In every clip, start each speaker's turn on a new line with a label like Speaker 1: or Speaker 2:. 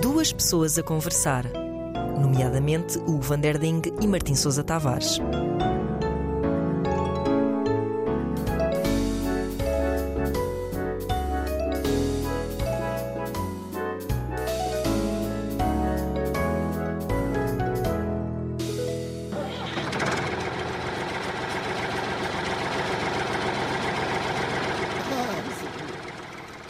Speaker 1: duas pessoas a conversar, nomeadamente Hugo van der Ding e Martim Sousa Tavares.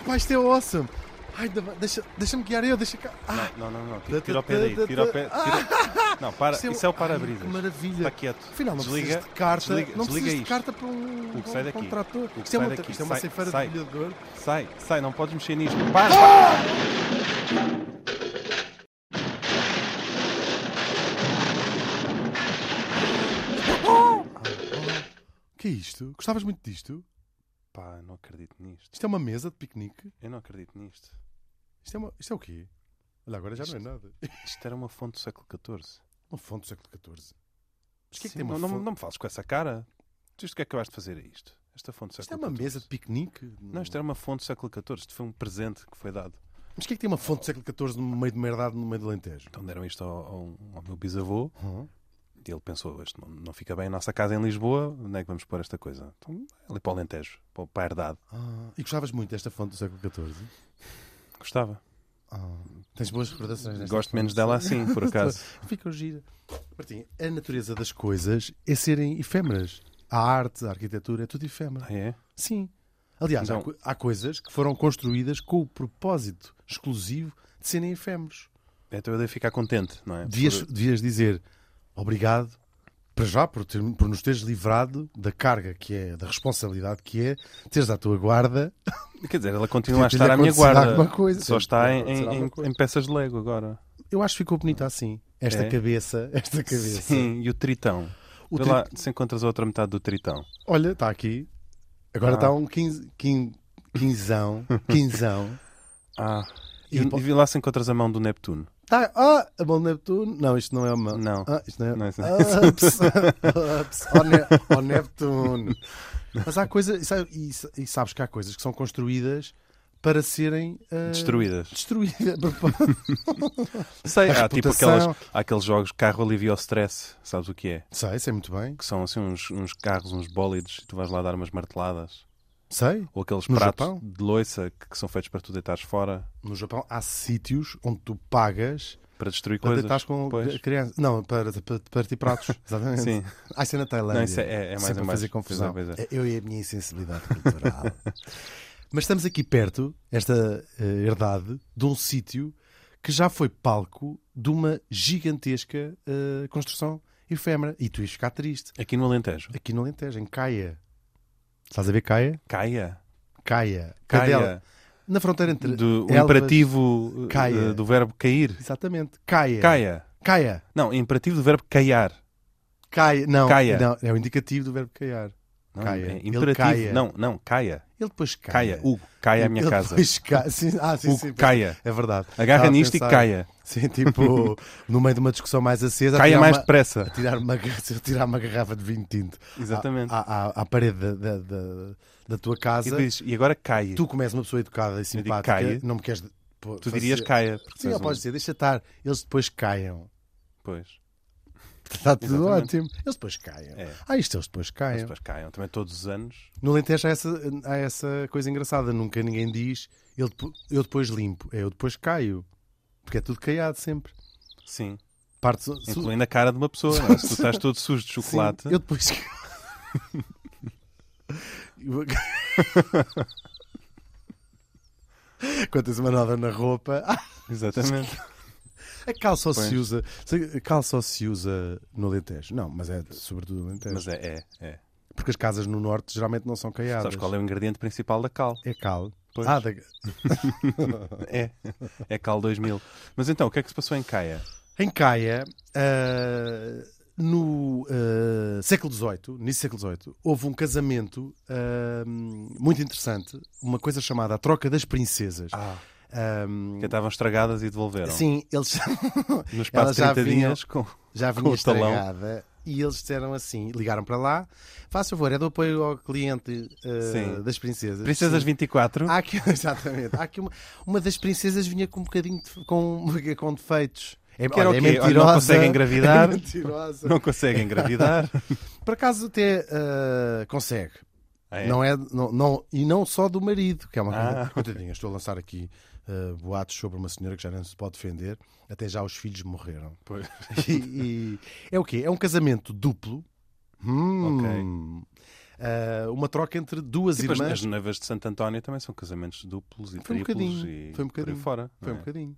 Speaker 2: Vais ter awesome! Ai, da- deixa- deixa-me guiar eu, deixa cá. Ah,
Speaker 3: Não, não, não, não. Tira o pé daí. Tira o pé. Tira... Não, para.
Speaker 2: um-
Speaker 3: Isso é o para-brisas.
Speaker 2: Ai, que maravilha.
Speaker 3: Está quieto.
Speaker 2: Afinal, não
Speaker 3: desliga,
Speaker 2: precisas de carta.
Speaker 3: Desliga,
Speaker 2: não
Speaker 3: desliga
Speaker 2: precisas de
Speaker 3: isto.
Speaker 2: carta para um,
Speaker 3: O que sai
Speaker 2: para um
Speaker 3: daqui.
Speaker 2: contrator.
Speaker 3: O que
Speaker 2: Isto é
Speaker 3: sai
Speaker 2: uma,
Speaker 3: daqui.
Speaker 2: Isto é uma
Speaker 3: Sai,
Speaker 2: ceifeira
Speaker 3: sai.
Speaker 2: de bilhador.
Speaker 3: Sai, sai. Não podes mexer nisto.
Speaker 2: Ah!
Speaker 3: Para!
Speaker 2: O que é isto? Gostavas muito disto?
Speaker 3: Pá, não acredito nisto.
Speaker 2: Isto é uma mesa de piquenique?
Speaker 3: Eu não acredito nisto.
Speaker 2: Isto é, uma, isto é o quê? Olha, agora já não é
Speaker 3: Isto-
Speaker 2: nada.
Speaker 3: Isto era uma fonte do século XIV.
Speaker 2: Uma fonte do século XIV. Mas o que é que
Speaker 3: Sim,
Speaker 2: tem uma
Speaker 3: não, não,
Speaker 2: fonte?
Speaker 3: não me fales com essa cara. Tu isto que acabaste de fazer a isto? Esta fonte do
Speaker 2: Isto é
Speaker 3: século
Speaker 2: uma
Speaker 3: XIV.
Speaker 2: mesa de piquenique?
Speaker 3: Não, isto era uma fonte do século XIV. Isto foi um presente que foi dado.
Speaker 2: Mas o que é que tem uma fonte do século XIV no meio de uma herdade, no meio do Alentejo?
Speaker 3: Então deram isto ao, ao- ao meu bisavô
Speaker 2: Hum?
Speaker 3: e ele pensou: isto não, não fica bem a nossa casa em Lisboa, onde é que vamos pôr esta coisa? Então, ali para o Alentejo, para, para a herdade.
Speaker 2: Ah, e gostavas muito desta fonte do século XIV?
Speaker 3: Gostava.
Speaker 2: Ah, tens boas recordações desta
Speaker 3: Gosto menos dela assim, por acaso.
Speaker 2: Fica gira. Martim, a natureza das coisas é serem efêmeras. A arte, a arquitetura, é tudo efêmera.
Speaker 3: Ah, é?
Speaker 2: Sim. Aliás,
Speaker 3: Então-
Speaker 2: há, co- há coisas que foram construídas com o propósito exclusivo de serem efêmeros.
Speaker 3: Então eu devo ficar contente, não é?
Speaker 2: Devias,
Speaker 3: Por-
Speaker 2: devias dizer obrigado, para já, por, ter- por nos teres livrado da carga que é, da responsabilidade que é, teres à tua guarda.
Speaker 3: Quer dizer, ela continua a
Speaker 2: Podia
Speaker 3: estar
Speaker 2: ter
Speaker 3: à minha
Speaker 2: acontecido
Speaker 3: guarda.
Speaker 2: alguma coisa.
Speaker 3: Só está
Speaker 2: Podia
Speaker 3: em,
Speaker 2: acontecer
Speaker 3: em-
Speaker 2: alguma
Speaker 3: em-
Speaker 2: coisa.
Speaker 3: em peças de Lego agora.
Speaker 2: Eu acho que ficou bonita assim. Esta
Speaker 3: É?
Speaker 2: cabeça, esta cabeça.
Speaker 3: Sim, e o Tritão.
Speaker 2: O
Speaker 3: Vê
Speaker 2: tri-
Speaker 3: lá se encontras a outra metade do Tritão.
Speaker 2: Olha, está aqui. Agora
Speaker 3: Ah.
Speaker 2: está um quinze, quin, quinzão. Quinzão.
Speaker 3: Ah, e,
Speaker 2: E po-
Speaker 3: e vê lá se encontras a mão do Neptuno.
Speaker 2: Tá, ah, a mão de Neptuno. Não, isto não é uma.
Speaker 3: Não.
Speaker 2: Ah, isto não é.
Speaker 3: Não, isso não
Speaker 2: Ups, ups, ó Ne- ó Neptuno. Mas há coisas. E, sa- e sabes que há coisas que são construídas para serem. ah,
Speaker 3: Destruídas.
Speaker 2: Destruídas.
Speaker 3: Sei,
Speaker 2: A
Speaker 3: há tipo
Speaker 2: reputação.
Speaker 3: aquelas, há aqueles jogos carro alivia o stress, sabes o que é?
Speaker 2: sei, sei muito bem.
Speaker 3: Que são assim uns, uns carros, uns bólides, e tu vais lá dar umas marteladas.
Speaker 2: Sei.
Speaker 3: Ou aqueles
Speaker 2: No
Speaker 3: pratos
Speaker 2: Japão?
Speaker 3: de loiça que, que são feitos para tu deitares fora,
Speaker 2: No Japão há sítios onde tu pagas
Speaker 3: para destruir
Speaker 2: para
Speaker 3: coisas.
Speaker 2: deitar com
Speaker 3: Pois.
Speaker 2: crianças. Não, para, para partir pratos. Exatamente.
Speaker 3: Sim.
Speaker 2: Ah, isso é na Tailândia.
Speaker 3: Não, isso é, é, é mais
Speaker 2: Sempre
Speaker 3: a
Speaker 2: a
Speaker 3: mais.
Speaker 2: fazer confusão.
Speaker 3: Pois é, pois é.
Speaker 2: Eu e a minha insensibilidade cultural. Mas estamos aqui perto, esta eh, herdade, de um sítio que já foi palco de uma gigantesca eh, construção efêmera. E tu ias ficar triste.
Speaker 3: Aqui no Alentejo.
Speaker 2: Aqui no Alentejo, em Caia. Estás a ver Caia?
Speaker 3: Caia.
Speaker 2: Caia. Cadela.
Speaker 3: Caia.
Speaker 2: Na fronteira entre
Speaker 3: Do, o
Speaker 2: Elvas-
Speaker 3: imperativo eh,
Speaker 2: Caia.
Speaker 3: do verbo cair.
Speaker 2: Exatamente. Caia.
Speaker 3: Caia.
Speaker 2: Caia.
Speaker 3: Não, imperativo do verbo caiar.
Speaker 2: Caia. Não,
Speaker 3: Caia.
Speaker 2: não, é o indicativo do verbo caiar.
Speaker 3: Não,
Speaker 2: Caia.
Speaker 3: É
Speaker 2: Ele
Speaker 3: imperativo.
Speaker 2: caia.
Speaker 3: Não, não, caia.
Speaker 2: Ele depois caia.
Speaker 3: Caia. Hugo, caia é a minha
Speaker 2: Ele
Speaker 3: casa.
Speaker 2: depois ca- sim, ah, sim,
Speaker 3: Hugo,
Speaker 2: sim,
Speaker 3: caia.
Speaker 2: É verdade.
Speaker 3: Agarra
Speaker 2: Estava a
Speaker 3: nisto e
Speaker 2: pensar-
Speaker 3: caia.
Speaker 2: Sim, tipo, no meio de uma discussão mais acesa. a
Speaker 3: Caia
Speaker 2: tirar
Speaker 3: mais
Speaker 2: uma-
Speaker 3: depressa.
Speaker 2: a tirar uma, gar- se eu tirar uma garrafa de vinho tinto à-
Speaker 3: Exatamente.
Speaker 2: à, à- à parede da, da- da- da tua
Speaker 3: E
Speaker 2: casa,
Speaker 3: dizes, e agora caia.
Speaker 2: tu, como és uma pessoa educada e simpática,
Speaker 3: caia.
Speaker 2: não me queres. de- pô,
Speaker 3: Tu
Speaker 2: fazer-
Speaker 3: dirias caia. Porque
Speaker 2: Sim,
Speaker 3: tens
Speaker 2: ou
Speaker 3: um-
Speaker 2: podes dizer, deixa estar, eles depois caiam.
Speaker 3: Pois.
Speaker 2: Está tudo
Speaker 3: Exatamente.
Speaker 2: ótimo. Eles depois caiam.
Speaker 3: É.
Speaker 2: Ah, isto eles depois
Speaker 3: Mas
Speaker 2: caiam.
Speaker 3: depois caiam. Também todos os anos.
Speaker 2: No Alentejo há essa, há essa coisa engraçada, nunca ninguém diz eu, depo- eu depois limpo, é eu depois caio, porque é tudo caiado sempre.
Speaker 3: Sim.
Speaker 2: Parte su- su-
Speaker 3: Incluindo a cara de uma pessoa. não é? Se tu estás todo sujo de chocolate.
Speaker 2: Sim, eu depois. Eu- Quando tens uma nova na roupa. Ah,
Speaker 3: Exatamente.
Speaker 2: a calça só se
Speaker 3: Pois.
Speaker 2: usa. sei- A calça só se usa no Alentejo. Não, mas é sobretudo no Alentejo.
Speaker 3: Mas é, é, é.
Speaker 2: Porque as casas no norte geralmente não são caiadas.
Speaker 3: Sabes qual é o ingrediente principal da cal?
Speaker 2: É cal.
Speaker 3: Pois.
Speaker 2: Ah, da-
Speaker 3: É. É cal 2000. Mas então, o que é que se passou em caia?
Speaker 2: Em Caia, ah, no ah, século XVIII, início do século XVIII, houve um casamento ah, muito interessante, uma coisa chamada a troca das princesas.
Speaker 3: Ah.
Speaker 2: Ah,
Speaker 3: Que estavam estragadas e devolveram.
Speaker 2: sim, eles
Speaker 3: No espaço
Speaker 2: elas
Speaker 3: de
Speaker 2: já
Speaker 3: 30
Speaker 2: vinham,
Speaker 3: dias com...
Speaker 2: já
Speaker 3: com
Speaker 2: vinha
Speaker 3: o talão.
Speaker 2: estragada e eles disseram assim, ligaram para lá, faz favor, é do apoio ao cliente eh,
Speaker 3: Sim.
Speaker 2: das princesas.
Speaker 3: Princesas
Speaker 2: Sim. Ah,
Speaker 3: 24.
Speaker 2: Há aqui, um, exatamente. Há aqui uma, uma das princesas vinha com um bocadinho de, com, com defeitos. É,
Speaker 3: Que era
Speaker 2: olha,
Speaker 3: o
Speaker 2: é
Speaker 3: quê? Olha, não
Speaker 2: mentirosa.
Speaker 3: consegue engravidar.
Speaker 2: É mentirosa.
Speaker 3: Não conseguem engravidar.
Speaker 2: Por acaso até ah, consegue.
Speaker 3: Ah, é?
Speaker 2: Não é, não, não- e não só do marido, que é uma
Speaker 3: Ah,
Speaker 2: coisa.
Speaker 3: ok.
Speaker 2: Coitadinha, estou a lançar aqui ah, boatos sobre uma senhora que já não se pode defender. Até já os filhos morreram.
Speaker 3: Pois.
Speaker 2: E- e- é o quê? É um casamento duplo. Hum. Ah, uma troca entre duas
Speaker 3: Tipo, as,
Speaker 2: irmãs.
Speaker 3: as noivas de Santo António também são casamentos duplos e
Speaker 2: Foi um
Speaker 3: triplos
Speaker 2: bocadinho,
Speaker 3: e
Speaker 2: foi um
Speaker 3: por aí
Speaker 2: bocadinho,
Speaker 3: fora.
Speaker 2: Foi um
Speaker 3: não é?
Speaker 2: bocadinho.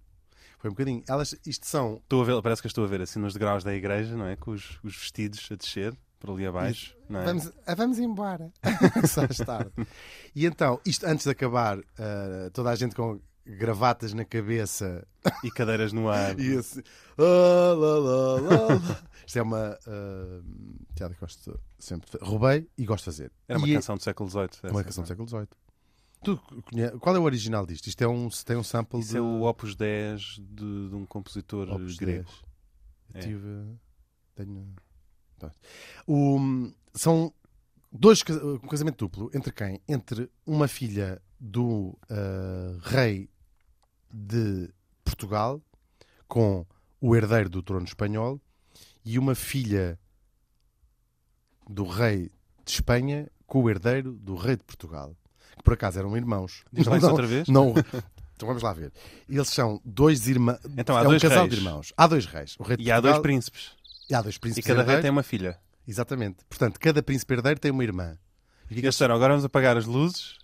Speaker 2: Foi um bocadinho. Elas, isto são.
Speaker 3: Estou a ver, parece que estou a ver assim nos degraus da igreja, não é? Com os, os vestidos a descer por ali abaixo. Não é?
Speaker 2: Vamos, ah, vamos embora. Só tarde. E então, isto antes de acabar, ah, toda a gente com gravatas na cabeça
Speaker 3: E cadeiras no ar.
Speaker 2: e esse. Ah, lá, lá, lá, lá. Isto é uma ah, piada que gosto sempre de fa- Roubei e gosto de fazer.
Speaker 3: Era uma
Speaker 2: E é-
Speaker 3: canção do século XVIII. essa,
Speaker 2: uma canção do
Speaker 3: não
Speaker 2: século
Speaker 3: é?
Speaker 2: XVIII. Tu conhe- Qual é o original disto? Isto é um, tem um sample
Speaker 3: Isso
Speaker 2: de
Speaker 3: é o Opus 10 de, de um compositor
Speaker 2: Opus
Speaker 3: grego.
Speaker 2: 10.
Speaker 3: É.
Speaker 2: Tive. Tenho. tá. O- são dois ca- um casamento duplo entre quem? Entre uma filha do ah, rei de Portugal com o herdeiro do trono espanhol e uma filha do rei de Espanha com o herdeiro do rei de Portugal. Que por acaso eram irmãos.
Speaker 3: Diz lá isso outra vez?
Speaker 2: Não. Então vamos lá ver. Eles são dois irmãos.
Speaker 3: Então, há
Speaker 2: é
Speaker 3: dois
Speaker 2: um casal
Speaker 3: reis.
Speaker 2: de irmãos. Há dois reis. O rei de
Speaker 3: E há dois
Speaker 2: Portugal
Speaker 3: príncipes.
Speaker 2: e há dois
Speaker 3: E
Speaker 2: príncipes.
Speaker 3: cada rei
Speaker 2: herdeiros.
Speaker 3: tem uma filha.
Speaker 2: Exatamente. Portanto, cada príncipe herdeiro tem uma irmã.
Speaker 3: E eles disseram: agora vamos apagar as luzes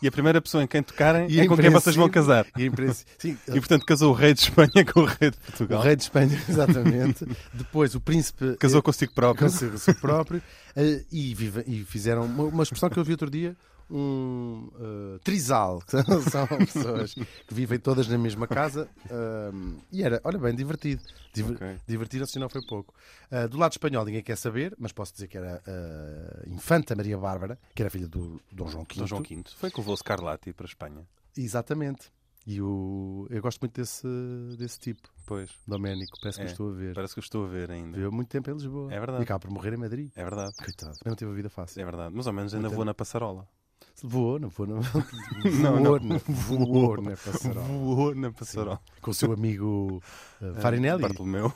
Speaker 3: e a primeira pessoa em quem tocarem
Speaker 2: E
Speaker 3: é
Speaker 2: em
Speaker 3: com quem vocês
Speaker 2: princípio-
Speaker 3: vão casar.
Speaker 2: E em princ- Sim,
Speaker 3: E portanto casou o rei de Espanha com o rei de
Speaker 2: o
Speaker 3: Portugal.
Speaker 2: rei de Espanha, exatamente. Depois o príncipe eh,
Speaker 3: Casou consigo próprio.
Speaker 2: consigo próprio. Eh, e, vive- e fizeram uma, uma expressão que eu vi outro dia. Um eh, trisal, que são- são pessoas que vivem todas na mesma casa eh, e era, olha bem, divertido. Diver-
Speaker 3: Ok.
Speaker 2: Divertiram-se e não foi pouco. Ah, do lado espanhol ninguém quer saber, mas posso dizer que era a Infanta Maria Bárbara, que era filha do Dom João V.
Speaker 3: Dom João V. Foi com o voo Scarlatti para a Espanha.
Speaker 2: Exatamente. E o... eu gosto muito desse, desse tipo,
Speaker 3: Pois.
Speaker 2: Doménico, parece que
Speaker 3: É,
Speaker 2: eu estou a ver.
Speaker 3: Parece que eu estou a ver ainda.
Speaker 2: Viveu muito tempo em Lisboa.
Speaker 3: É verdade.
Speaker 2: E cá por morrer em Madrid.
Speaker 3: É verdade.
Speaker 2: Coitado, também não teve a vida fácil.
Speaker 3: É verdade. Mas ao menos ainda
Speaker 2: Muito
Speaker 3: vou na passarola.
Speaker 2: Voou, não voou, não.
Speaker 3: Não,
Speaker 2: voou,
Speaker 3: não.
Speaker 2: não. Voou, não é passarola.
Speaker 3: Voou na passarola.
Speaker 2: Com o seu amigo ah, Farinelli,
Speaker 3: Bartolomeu.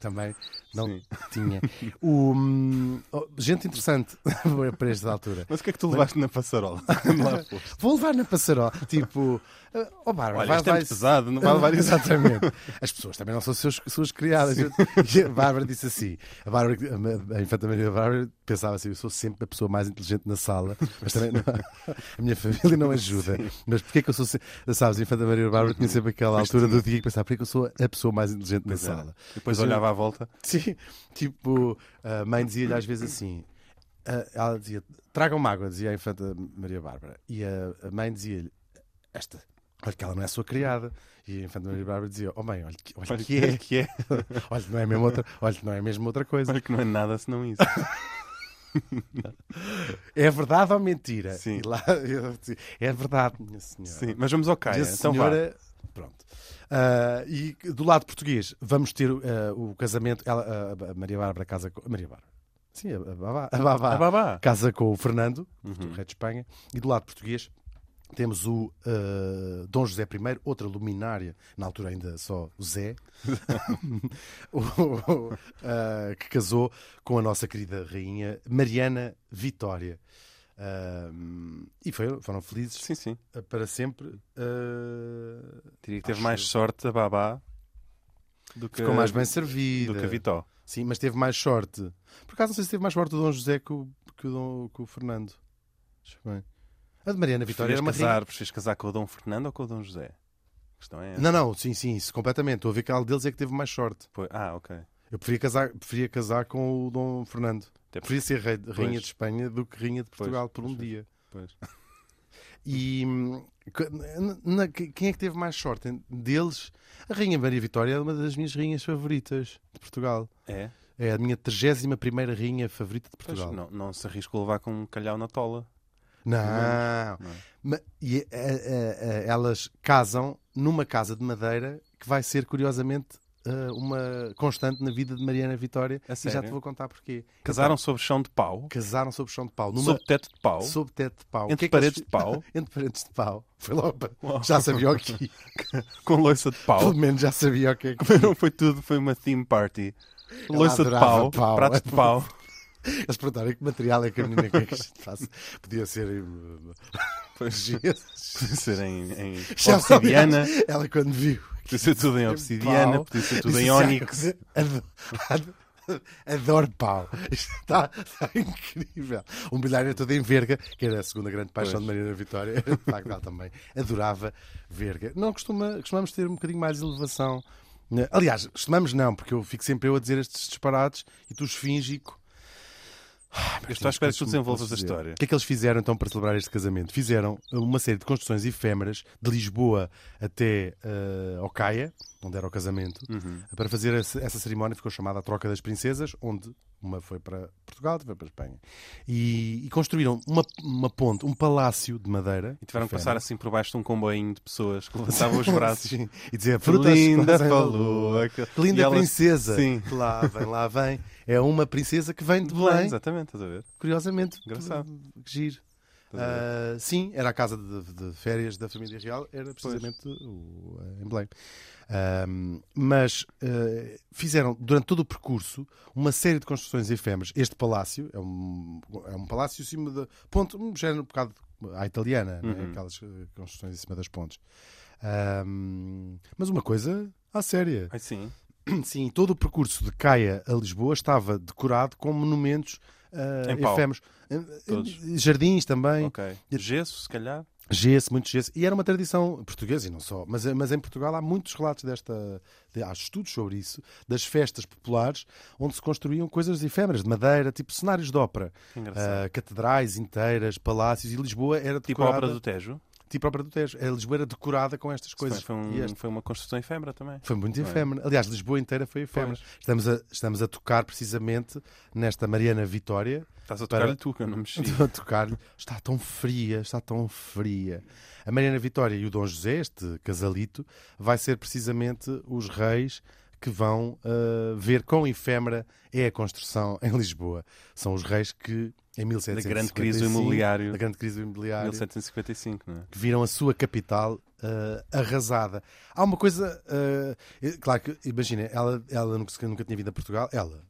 Speaker 2: também não
Speaker 3: Sim.
Speaker 2: tinha. O, hum, oh, gente interessante para esta altura.
Speaker 3: Mas o que é que tu levaste na passarola? Lá foste.
Speaker 2: Vou levar na passarola. Tipo, ah, oh Bárbara,
Speaker 3: Olha,
Speaker 2: vai,
Speaker 3: isto é
Speaker 2: vai,
Speaker 3: muito pesado, não vai levar isso.
Speaker 2: Exatamente. As pessoas também não são seus, suas criadas. E a Bárbara disse assim: a, Bárbara, a Infanta Maria Bárbara pensava assim: eu sou sempre a pessoa mais inteligente na sala, mas também não- a minha família não ajuda. Mas porquê que eu sou. se- Sabes, a Infanta Maria Bárbara tinha sempre aquela altura do dia que pensava: porquê que eu sou a pessoa mais inteligente na
Speaker 3: Pois é. era.
Speaker 2: sala?
Speaker 3: Depois
Speaker 2: Mas eu-
Speaker 3: olhava à volta.
Speaker 2: Sim, tipo, a mãe dizia-lhe às vezes assim: ah, ela dizia, tragam-me água, dizia a infanta Maria Bárbara. E a, a mãe dizia-lhe, esta, olha que ela não é a sua criada. E a infanta Maria Bárbara dizia, oh mãe, olha que, olha
Speaker 3: Olha
Speaker 2: que é,
Speaker 3: que é.
Speaker 2: olha que não é mesmo outra, olha que não é mesmo outra coisa.
Speaker 3: Olha que não é nada senão isso.
Speaker 2: É verdade ou mentira?
Speaker 3: Sim.
Speaker 2: E lá, eu dizia, é verdade, minha senhora.
Speaker 3: Sim, mas vamos ao Caia.
Speaker 2: E a
Speaker 3: Então vá.
Speaker 2: senhora. Pronto. Ah, e do lado português, vamos ter ah, o casamento. Ela, ah, a Maria Bárbara casa com. a Maria Bárbara. Sim, a, a Babá. A Babá.
Speaker 3: Ah, babá.
Speaker 2: casa com o Fernando,
Speaker 3: Uhum.
Speaker 2: o rei de Espanha, e do lado português temos o eh, Dom José I, outra luminária, na altura ainda só o Zé, o- o- eh, que casou com a nossa querida rainha Mariana Vitória. Ahm, e foi- foram felizes
Speaker 3: Sim, sim.
Speaker 2: eh, para sempre. eh,
Speaker 3: Diria que teve
Speaker 2: Acho
Speaker 3: mais sorte a babá do que,
Speaker 2: ficou mais bem
Speaker 3: do
Speaker 2: servida.
Speaker 3: que a Vitó.
Speaker 2: Sim, mas teve mais sorte. Por acaso não sei se teve mais sorte o Dom José que o, que o, Dom- que o Fernando. Deixa eu ver. A de Mariana Vitória
Speaker 3: Preferias
Speaker 2: era uma
Speaker 3: casar, preferias casar com o Dom Fernando ou com o Dom José? A questão é
Speaker 2: rainha.
Speaker 3: essa.
Speaker 2: Não, não, sim, sim, isso completamente. Estou a ver que a deles é que teve mais sorte.
Speaker 3: Pois- Ah, ok.
Speaker 2: Eu preferia casar, preferia casar com o Dom Fernando.
Speaker 3: Até
Speaker 2: Preferia ser rei- rainha
Speaker 3: Pois.
Speaker 2: de Espanha do que rainha de
Speaker 3: Pois,
Speaker 2: Portugal por um
Speaker 3: pois, pois.
Speaker 2: dia.
Speaker 3: Depois.
Speaker 2: E hum, que- na- na- quem é que teve mais sorte deles? A rainha Maria Vitória é uma das minhas rainhas favoritas de Portugal.
Speaker 3: É?
Speaker 2: É a minha 31 primeira rainha favorita de
Speaker 3: Pois,
Speaker 2: Portugal.
Speaker 3: não, não se arriscou a levar com um calhau na tola.
Speaker 2: Não.
Speaker 3: Não é?
Speaker 2: Ma- E eh, eh, eh, elas casam numa casa de madeira que vai ser, curiosamente, eh, uma constante na vida de Mariana Vitória.
Speaker 3: A
Speaker 2: e já
Speaker 3: sério?
Speaker 2: te vou contar porquê.
Speaker 3: Casaram sobre chão de pau,
Speaker 2: Então, casaram sob chão de pau. Numa...
Speaker 3: sob teto de pau,
Speaker 2: Sob teto de pau. O
Speaker 3: entre
Speaker 2: que é que eles
Speaker 3: paredes de
Speaker 2: fi-
Speaker 3: pau,
Speaker 2: Entre paredes de pau. Foi logo.
Speaker 3: Uau.
Speaker 2: Já sabia o que.
Speaker 3: com loiça de pau.
Speaker 2: Pelo menos já sabia o que é que.
Speaker 3: Não foi tudo, foi uma theme party.
Speaker 2: Ela
Speaker 3: Loiça de
Speaker 2: adorava
Speaker 3: pau,
Speaker 2: pau.
Speaker 3: pratos de pau.
Speaker 2: Eles perguntaram que material é que a menina quer que isto faça. Podia ser. eh,
Speaker 3: Pois,
Speaker 2: gesso.
Speaker 3: podia ser em, em
Speaker 2: Já
Speaker 3: obsidiana,
Speaker 2: sabia. Ela quando viu.
Speaker 3: podia ser tudo em obsidiana,
Speaker 2: Pau.
Speaker 3: podia ser tudo
Speaker 2: Disse
Speaker 3: em
Speaker 2: assim,
Speaker 3: ónix.
Speaker 2: "Ah, ado- ado- Adoro pau. Isto está, está incrível. O milagre todo em verga, que era a segunda grande paixão de Mariana Vitória. De facto, ela também adorava verga. Não costuma, costumamos ter um bocadinho mais de elevação. né? Aliás, costumamos não, porque eu fico sempre eu a dizer estes disparates e tu os fingico.
Speaker 3: Eu estou à espera que tu desenvolvas a
Speaker 2: Posso dizer.
Speaker 3: história.
Speaker 2: O que é que eles fizeram então para celebrar este casamento? Fizeram uh, uma série de construções efêmeras de Lisboa até uh, Ocaia, onde era o casamento,
Speaker 3: Uhum.
Speaker 2: Uh, para fazer esse- essa cerimónia ficou chamada a Troca das Princesas, onde uma foi para Portugal, outra foi para Espanha. E, e construíram uma, uma ponte, um palácio de madeira.
Speaker 3: E tiveram que passar
Speaker 2: efêmero.
Speaker 3: assim por baixo de um comboinho de pessoas que levantavam os braços.
Speaker 2: Sim, e dizer
Speaker 3: Que
Speaker 2: frutas
Speaker 3: linda
Speaker 2: quase
Speaker 3: falou. aquele-
Speaker 2: Que linda
Speaker 3: E elas-
Speaker 2: princesa.
Speaker 3: Sim.
Speaker 2: Que Lá vem, lá vem. É uma princesa que vem de
Speaker 3: Belém,
Speaker 2: Belém.
Speaker 3: exatamente, estás a ver?
Speaker 2: Curiosamente.
Speaker 3: Engraçado.
Speaker 2: Que giro.
Speaker 3: Estás a ver?
Speaker 2: Ah, sim, era a casa de, de férias da família real, era precisamente o, eh, em Belém. Ahm, mas eh, fizeram durante todo o percurso uma série de construções efêmeras. Este palácio é um, é um palácio em cima da ponte, um género um bocado à italiana, né?
Speaker 3: Uhum.
Speaker 2: aquelas eh, construções em cima das pontes. Ahm, mas uma coisa à séria.
Speaker 3: Ai, sim.
Speaker 2: Sim, todo o percurso de Caia a Lisboa estava decorado com monumentos ah,
Speaker 3: Em pau.
Speaker 2: efêmeros. Ah,
Speaker 3: Todos. Oh,
Speaker 2: Jardins também,
Speaker 3: Ok. Gesso, se calhar.
Speaker 2: gesso, muito gesso. E era uma tradição portuguesa e não só. Mas, mas em Portugal há muitos relatos desta. de- há estudos sobre isso, das festas populares, onde se construíam coisas efêmeras, de madeira, tipo cenários de ópera.
Speaker 3: Que engraçado.
Speaker 2: Ah, catedrais inteiras, palácios. E Lisboa era
Speaker 3: tipo a
Speaker 2: decorada.
Speaker 3: obra do Tejo.
Speaker 2: tipo a ópera do Tejo. A Lisboa era decorada com estas coisas.
Speaker 3: Foi,
Speaker 2: E
Speaker 3: um,
Speaker 2: este-
Speaker 3: foi uma construção efêmera também.
Speaker 2: foi muito
Speaker 3: Não é?
Speaker 2: efêmera. Aliás, Lisboa inteira foi efêmera. Estamos a, estamos a tocar precisamente nesta Mariana Vitória.
Speaker 3: Estás a
Speaker 2: Para-
Speaker 3: tocar-lhe tu, que eu não mexi.
Speaker 2: Estou a tocar-lhe. Está tão fria, está tão fria. A Mariana Vitória e o Dom José, este casalito, vai ser precisamente os reis que vão ah, ver quão efêmera é a construção em Lisboa. São os reis que, em 1755...
Speaker 3: Da grande crise do imobiliário.
Speaker 2: Da grande crise do imobiliário
Speaker 3: 1755, não é?
Speaker 2: que viram a sua capital ah, arrasada. Há uma coisa, ah, eh, claro que, imagina, ela, ela nunca, se- nunca tinha vindo a Portugal, ela,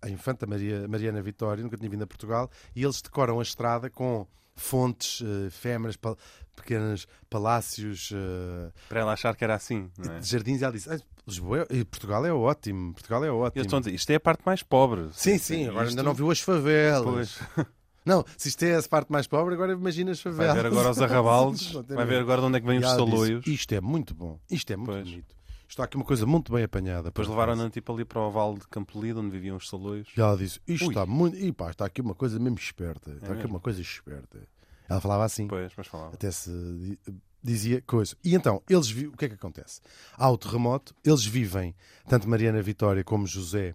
Speaker 2: a infanta Maria, Mariana Vitória, nunca tinha vindo a Portugal, e eles decoram a estrada com fontes eh, efêmeras, pa- pequenos palácios, eh,
Speaker 3: Para ela achar que era assim, não é?
Speaker 2: jardins, e ela disse, "Ah, Lisboa, é- eh, Portugal é ótimo, Portugal é
Speaker 3: E Eles
Speaker 2: ótimo.
Speaker 3: estão a dizer, isto é a parte mais pobre.
Speaker 2: Sim, sim, agora
Speaker 3: Isto-
Speaker 2: ainda não viu as favelas.
Speaker 3: Pois,
Speaker 2: Não, se isto é a parte mais pobre, agora imagina as
Speaker 3: vai
Speaker 2: favelas.
Speaker 3: ver agora os arrabaldes,
Speaker 2: Exatamente.
Speaker 3: vai ver agora de onde é que vêm
Speaker 2: E
Speaker 3: os
Speaker 2: ela disse,
Speaker 3: saloios.
Speaker 2: Isto é muito bom, isto é muito
Speaker 3: Pois.
Speaker 2: bonito. Está aqui uma coisa muito bem apanhada.
Speaker 3: Depois levaram-na tipo ali para o Vale de Campolido, onde viviam os saloios.
Speaker 2: Já disse, isto
Speaker 3: Ui. É
Speaker 2: está muito. E pá, está aqui uma coisa mesmo esperta. Está aqui
Speaker 3: mesmo?
Speaker 2: uma coisa esperta. Ela falava assim,
Speaker 3: Pois, mas falava.
Speaker 2: até se di- dizia coisa. E então, eles vi... o que é que acontece? Há o terremoto, eles vivem, tanto Mariana Vitória como José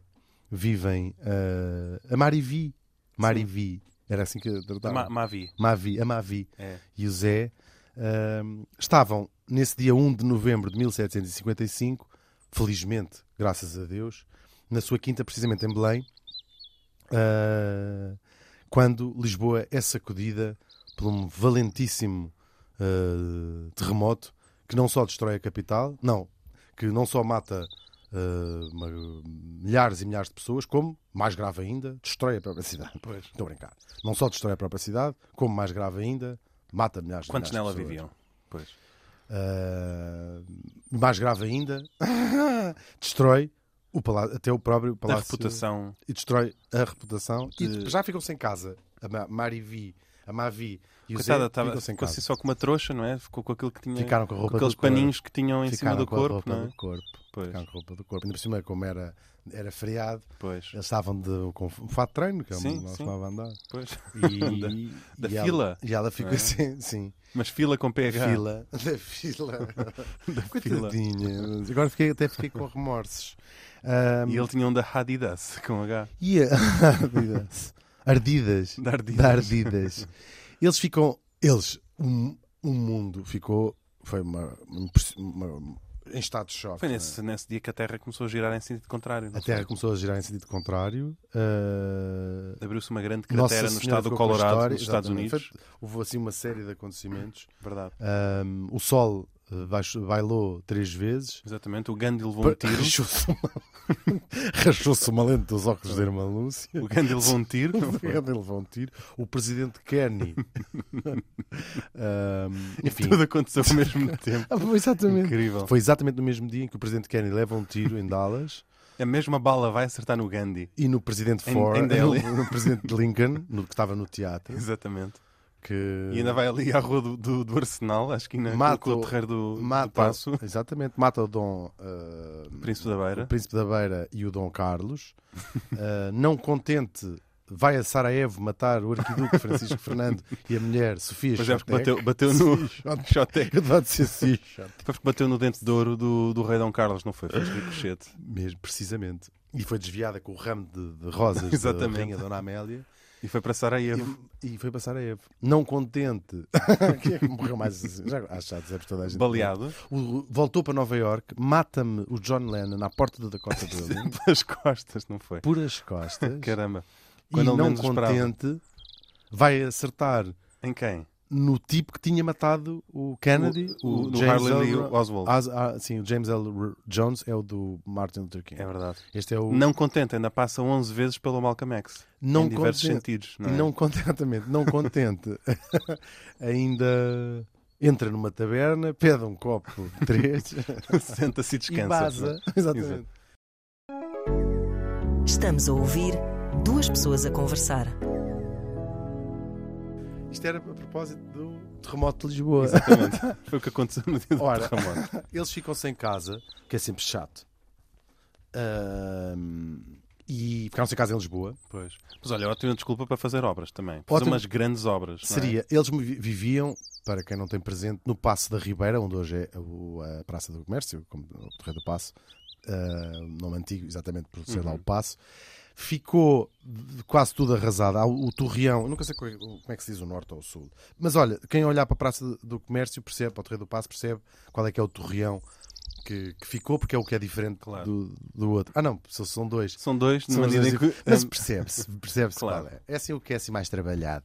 Speaker 2: vivem ah, a Marivi. Marivi, era assim que tratavam.
Speaker 3: Ma Mavi,
Speaker 2: Mavi, a Mavi
Speaker 3: é.
Speaker 2: e o Zé ahm, estavam nesse dia 1 de novembro de 1755, felizmente, graças a Deus, na sua quinta, precisamente em Belém, ah, quando Lisboa é sacudida por um valentíssimo ah, terremoto que não só destrói a capital, não, que não só mata ah, uma- milhares e milhares de pessoas, como, mais grave ainda, destrói a própria cidade.
Speaker 3: Pois.
Speaker 2: Estou a brincar. Não só destrói a própria cidade, como mais grave ainda, mata milhares de
Speaker 3: Quantos nela
Speaker 2: milhares de pessoas.
Speaker 3: viviam? Pois.
Speaker 2: Ah, mais grave ainda, destrói o palácio, até o próprio
Speaker 3: Da
Speaker 2: palácio.
Speaker 3: reputação.
Speaker 2: E destrói a reputação. E
Speaker 3: De-
Speaker 2: já ficam sem casa. A Ma- Marivi, a Mavi e o
Speaker 3: Coitada,
Speaker 2: Zé
Speaker 3: estava
Speaker 2: ficam sem
Speaker 3: ficou
Speaker 2: casa.
Speaker 3: assim só com uma trouxa, não é? Ficou com aquilo que tinha.
Speaker 2: Ficaram com a
Speaker 3: com
Speaker 2: roupa
Speaker 3: aqueles
Speaker 2: do corpo.
Speaker 3: paninhos que tinham em
Speaker 2: Ficaram
Speaker 3: cima do
Speaker 2: com a
Speaker 3: corpo,
Speaker 2: roupa
Speaker 3: não é?
Speaker 2: do corpo.
Speaker 3: Pois,
Speaker 2: Ficaram com a roupa do corpo. Ainda por cima, como era, era feriado,
Speaker 3: pois,
Speaker 2: eles estavam de, com um fato de treino, que é
Speaker 3: Sim,
Speaker 2: uma
Speaker 3: sim.
Speaker 2: costumava andar.
Speaker 3: pois.
Speaker 2: E,
Speaker 3: Da- da
Speaker 2: e ela-
Speaker 3: fila.
Speaker 2: E ela ficou
Speaker 3: É.
Speaker 2: assim, sim.
Speaker 3: Mas fila com PH.
Speaker 2: fila. Da fila. Coitadinha. Agora fiquei, até fiquei com remorsos. Ahm,
Speaker 3: E ele tinha um da Adidas com H.
Speaker 2: e a- Ardidas. Ardidas.
Speaker 3: Da Adidas.
Speaker 2: Da Ardidas. Eles ficam. Eles. O um, mundo ficou. Foi uma, uma impress- uma em estado de choque.
Speaker 3: Foi
Speaker 2: não é?
Speaker 3: nesse, nesse dia que a Terra começou a girar em sentido contrário. não
Speaker 2: A Terra
Speaker 3: foi?
Speaker 2: começou a girar em sentido contrário. ah,
Speaker 3: Abriu-se uma grande
Speaker 2: Nossa
Speaker 3: cratera no
Speaker 2: Senhora
Speaker 3: estado do
Speaker 2: ficou com a
Speaker 3: Colorado,
Speaker 2: história,
Speaker 3: nos Estados
Speaker 2: exatamente.
Speaker 3: Unidos.
Speaker 2: Foi- Houve assim uma série de acontecimentos.
Speaker 3: Verdade.
Speaker 2: Um, o sol uh, baixou- bailou três vezes.
Speaker 3: Exatamente. O Gandhi levou um tiro.
Speaker 2: Rachou-se uma... Rachou-se uma lente dos óculos da irmã Lúcia.
Speaker 3: O Gandhi levou um tiro. não
Speaker 2: O
Speaker 3: foi?
Speaker 2: Gandhi levou um tiro. O presidente Kenny. Um, enfim,
Speaker 3: Tudo aconteceu ao mesmo tempo.
Speaker 2: Ah, foi exatamente.
Speaker 3: Incrível.
Speaker 2: Foi exatamente no mesmo dia em que o presidente Kenny leva um tiro em Dallas
Speaker 3: A mesma bala vai acertar no Gandhi.
Speaker 2: e no presidente
Speaker 3: Em-
Speaker 2: Ford,
Speaker 3: em Delhi.
Speaker 2: no, no presidente Lincoln, no, que estava no teatro,
Speaker 3: Exatamente.
Speaker 2: que
Speaker 3: E ainda vai ali à rua do, do, do Arsenal, acho que ainda
Speaker 2: Mata
Speaker 3: com o
Speaker 2: o-
Speaker 3: terreiro do, do
Speaker 2: mata,
Speaker 3: Passo,
Speaker 2: exatamente, mata o Dom ah,
Speaker 3: Príncipe da
Speaker 2: o
Speaker 3: Beira.
Speaker 2: Príncipe da Beira e o Dom Carlos. Uh, não contente, vai a Sarajevo matar o arquiduque Francisco Fernando e a mulher Sofia
Speaker 3: Mas é porque
Speaker 2: Chotek.
Speaker 3: bateu, bateu no. Xotec.
Speaker 2: Acabado de ser assim, Chotek.
Speaker 3: Foi porque bateu no dente de ouro do, do rei Dom Carlos, não foi? Foi ricochete.
Speaker 2: Mesmo, precisamente. E foi desviada com o ramo de, de rosas da
Speaker 3: Exatamente.
Speaker 2: rainha Dona Amélia
Speaker 3: E foi para Sarajevo.
Speaker 2: e, e foi para Sarajevo. Não contente. Quem é que morreu mais assim? Já, acho que já dissemos toda a gente.
Speaker 3: Baleado
Speaker 2: O- voltou para Nova York, mata-me o John Lennon à porta da Dakota Building,
Speaker 3: pelas costas, não foi?
Speaker 2: por as costas,
Speaker 3: Caramba.
Speaker 2: e
Speaker 3: Quando ele
Speaker 2: não
Speaker 3: menos esperava.
Speaker 2: contente, vai acertar
Speaker 3: Em quem?
Speaker 2: no tipo que tinha matado o Kennedy,
Speaker 3: O- o-
Speaker 2: o,
Speaker 3: do
Speaker 2: James
Speaker 3: Harlan
Speaker 2: L.
Speaker 3: Lee Oswald.
Speaker 2: As- ah, sim, o James L. R- Jones é o do Martin Luther King.
Speaker 3: É verdade.
Speaker 2: Este é o
Speaker 3: Não contente, ainda passa 11 vezes pelo Malcolm X.
Speaker 2: não
Speaker 3: em diversos
Speaker 2: contente-
Speaker 3: sentidos. Não, é?
Speaker 2: não contentamente, não contente. Ainda entra numa taberna, pede um copo de três
Speaker 3: Senta-se e descansa.
Speaker 2: e vaza. Exatamente.
Speaker 1: Estamos a ouvir duas pessoas a conversar.
Speaker 2: Isto era a propósito do terremoto de Lisboa.
Speaker 3: Exatamente. Foi o que aconteceu no dia do
Speaker 2: Ora.
Speaker 3: terremoto.
Speaker 2: Eles ficam sem casa, que é sempre chato. Ahm, e ficaram sem casa em Lisboa.
Speaker 3: Pois. Mas olha, ótima desculpa para fazer obras também. Fazer
Speaker 2: Ótimo.
Speaker 3: umas grandes obras. não é?
Speaker 2: Seria, eles vi- viviam, para quem não tem presente, no Passo da Ribeira, onde hoje é o- a Praça do Comércio, como o Terreiro do Passo, ah, nome antigo, exatamente por ser lá
Speaker 3: Uhum.
Speaker 2: o Passo. Ficou de- quase tudo arrasado. Há O o Torreão, eu nunca sei qual é- como é que se diz o norte ou o sul. Mas olha, quem olhar para a Praça do- do Comércio percebe, para o Terreiro do Passo, percebe qual é que é o Torreão que, que ficou, porque é o que é diferente
Speaker 3: Claro.
Speaker 2: do, do outro. Ah, não, só são dois.
Speaker 3: São dois,
Speaker 2: São
Speaker 3: numa
Speaker 2: os
Speaker 3: medida em
Speaker 2: dois-
Speaker 3: que.
Speaker 2: Mas percebe-se, percebe-se
Speaker 3: Hum. Claro.
Speaker 2: qual é. É assim o que é assim mais trabalhado.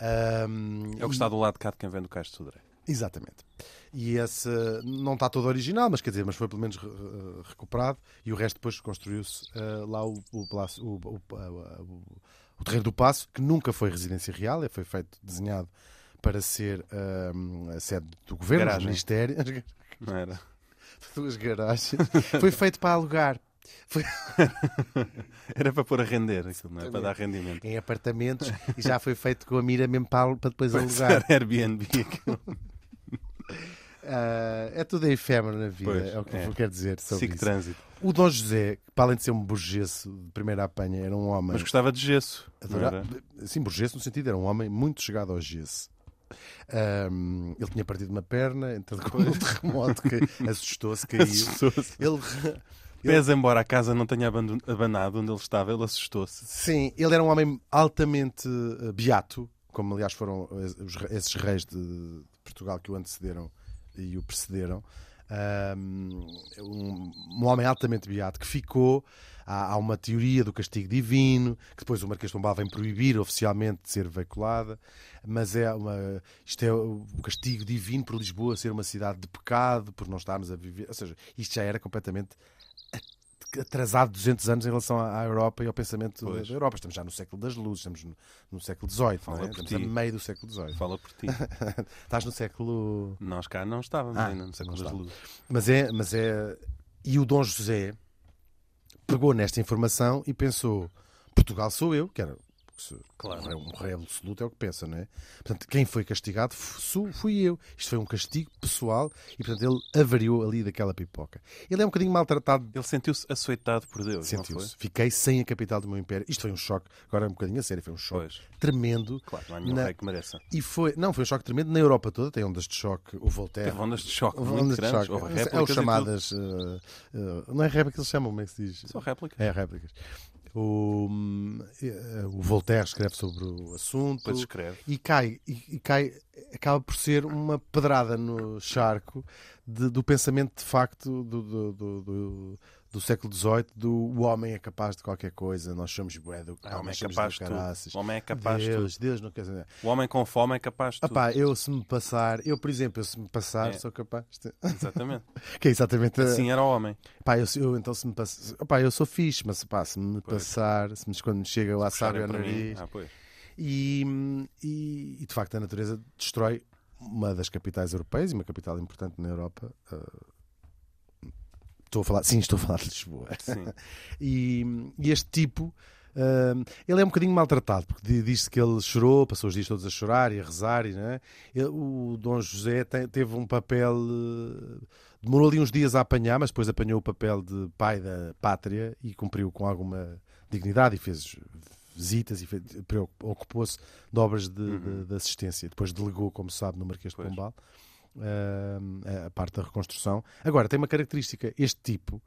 Speaker 2: Ahm,
Speaker 3: É o que está do lado de cá de quem vem do Cais de Sodré.
Speaker 2: Exatamente. E esse não está todo original, mas quer dizer, mas foi pelo menos re- re- recuperado e o resto depois construiu-se ah, lá o, o, palácio- o, o, o- o- o Terreiro do Passo, que nunca foi residência real, é, foi feito, desenhado para ser ah, a sede do governo,
Speaker 3: Garagem.
Speaker 2: do ministério,
Speaker 3: Não era?
Speaker 2: duas garagens. foi feito para alugar
Speaker 3: Era para pôr a render, aquilo, não é? Para dar rendimento.
Speaker 2: em apartamentos e já foi feito com a mira mesmo para, alu- para depois alugar.
Speaker 3: Era Airbnb aquilo.
Speaker 2: Ah, é tudo efêmero na vida,
Speaker 3: Pois,
Speaker 2: é o que
Speaker 3: é.
Speaker 2: eu quero dizer sobre
Speaker 3: Sic
Speaker 2: isso.
Speaker 3: trânsito.
Speaker 2: O Dom José, que para além de ser um burgesso de primeira apanha, era um homem.
Speaker 3: Mas gostava de gesso. não
Speaker 2: adora-
Speaker 3: era?
Speaker 2: Sim, burgesso no sentido, era um homem muito chegado ao gesso. Ahm, ele tinha partido uma perna, então com um terremoto que assustou-se, caiu.
Speaker 3: Assustou-se.
Speaker 2: Ele,
Speaker 3: Pés embora a casa não tenha abandon- abanado onde ele estava, ele assustou-se.
Speaker 2: sim, ele era um homem altamente eh, beato, como aliás foram es- os re- esses reis de, de Portugal que o antecederam e o precederam. Ahm, um, um homem altamente beato que ficou. Há, há uma teoria do castigo divino, que depois o Marquês de Pombal vem proibir oficialmente de ser veiculada, mas é uma, isto é o o castigo divino por Lisboa ser uma cidade de pecado, por não estarmos a viver. Ou seja, isto já era completamente at- atrasado 200 anos em relação à à Europa e ao pensamento
Speaker 3: Pois.
Speaker 2: da Europa. Estamos já no século das luzes, estamos no, no século XVIII,
Speaker 3: Fala
Speaker 2: não é?
Speaker 3: por
Speaker 2: estamos
Speaker 3: ti.
Speaker 2: a meio do século XVIII.
Speaker 3: Fala por ti.
Speaker 2: Estás no século
Speaker 3: Nós cá não estávamos
Speaker 2: Ah,
Speaker 3: ainda no século
Speaker 2: não
Speaker 3: das
Speaker 2: estava.
Speaker 3: luzes.
Speaker 2: Mas é, mas é. E o Dom José pegou nesta informação e pensou: Portugal sou eu, que era. se- Um rei, um rei absoluto é o que pensa, não é? Portanto, quem foi castigado fu- su- fui eu. Isto foi um castigo pessoal e, portanto, ele avariou ali daquela pipoca. Ele é um bocadinho maltratado
Speaker 3: Ele sentiu-se açoitado por Deus, não
Speaker 2: Sentiu-se.
Speaker 3: foi?
Speaker 2: Fiquei sem a capital do meu império. Isto foi um choque. Agora é um bocadinho a sério. Foi um choque
Speaker 3: Pois.
Speaker 2: tremendo.
Speaker 3: Claro, não há nenhum
Speaker 2: Na-
Speaker 3: rei que mereça.
Speaker 2: E foi, não, foi um choque tremendo na Europa toda. Tem ondas de choque. O Voltaire.
Speaker 3: Teve ondas de choque
Speaker 2: É. Houve
Speaker 3: muito
Speaker 2: ondas de
Speaker 3: grandes.
Speaker 2: choque.
Speaker 3: Houve
Speaker 2: É o
Speaker 3: réplicas e tudo.
Speaker 2: chamadas. eh, eh, não é réplica que eles chamam, como é que se diz?
Speaker 3: Só réplicas.
Speaker 2: É, réplicas. O, hum, eh, o Voltaire escreve sobre o assunto
Speaker 3: Depois escreve.
Speaker 2: e cai, e, e cai, acaba por ser uma pedrada no charco de- do pensamento de facto do, do, do, do- do século XVIII, do o homem é capaz de qualquer coisa, nós somos bué do
Speaker 3: O homem
Speaker 2: nós
Speaker 3: é
Speaker 2: somos
Speaker 3: capaz
Speaker 2: do
Speaker 3: de tudo.
Speaker 2: caraças.
Speaker 3: O homem é capaz de tudo.
Speaker 2: Deus, Deus não quer saber.
Speaker 3: O homem com fome é capaz de tudo.
Speaker 2: Opá, eu se me passar, eu por exemplo, eu se me passar,
Speaker 3: É.
Speaker 2: sou capaz de...
Speaker 3: Exatamente.
Speaker 2: Que é exatamente a-
Speaker 3: Assim era o homem.
Speaker 2: Pá, eu, eu então se me passar. Opá, eu sou fixe, mas pá, se me
Speaker 3: Pois.
Speaker 2: passar, se me, quando me chega lá sabe é
Speaker 3: Puxarem
Speaker 2: ao
Speaker 3: para mim.
Speaker 2: nariz.
Speaker 3: Ah, pois.
Speaker 2: E, e, e, de facto a natureza destrói uma das capitais europeias e uma capital importante na Europa. Ah, estou a falar, sim, estou a falar de Lisboa.
Speaker 3: Sim.
Speaker 2: E, e este tipo. ah, ele é um bocadinho maltratado porque di- diz-se que ele chorou, passou os dias todos a chorar e a rezar. E, não é? Ele- o Dom José te- teve um papel, eh, demorou ali uns dias a apanhar, mas depois apanhou o papel de pai da pátria e cumpriu com alguma dignidade e fez visitas e fez- preocup- ocupou-se de obras de, de- de assistência. Depois delegou, como se sabe, no Marquês de
Speaker 3: Uhum. Pois.
Speaker 2: Pombal eh, a parte da reconstrução. Agora, tem uma característica: este tipo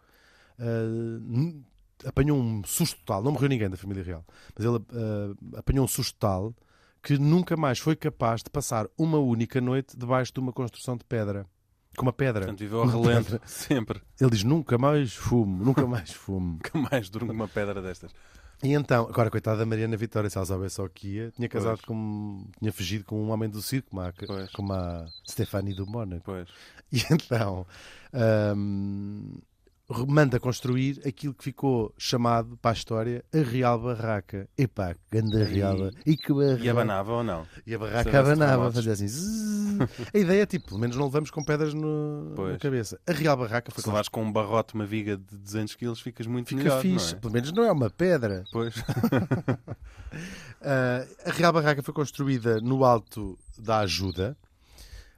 Speaker 2: Uh, n- apanhou um susto tal, não morreu ninguém da família real, mas ele uh, apanhou um susto tal que nunca mais foi capaz de passar uma única noite debaixo de uma construção de pedra. Com uma pedra.
Speaker 3: Portanto, viveu a relento. Sempre.
Speaker 2: Ele diz: nunca mais fumo, nunca mais fumo.
Speaker 3: Nunca mais durmo uma pedra destas.
Speaker 2: e então, agora, coitada da Mariana Vitória, se ela soubesse só que ia, tinha casado
Speaker 3: Pois.
Speaker 2: com. tinha fugido com um homem do circo, como a,
Speaker 3: Pois.
Speaker 2: como a Stefani do Mónaco.
Speaker 3: Pois.
Speaker 2: E então hum, manda construir aquilo que ficou chamado para a história a Real Barraca. Epá, que grande Real E, que barraca.
Speaker 3: E abanava ou não?
Speaker 2: E a barraca
Speaker 3: Soubesse
Speaker 2: abanava,
Speaker 3: terremotos.
Speaker 2: fazia assim. zzz. A ideia é tipo, pelo menos não levamos com pedras no,
Speaker 3: Pois.
Speaker 2: na cabeça. A Real Barraca foi
Speaker 3: Se levares com um barrote, uma viga de 200 quilos, ficas muito
Speaker 2: Fica
Speaker 3: melhor,
Speaker 2: fixe,
Speaker 3: não é?
Speaker 2: pelo menos não é uma pedra.
Speaker 3: Pois.
Speaker 2: Ah, a Real Barraca foi construída no alto da ajuda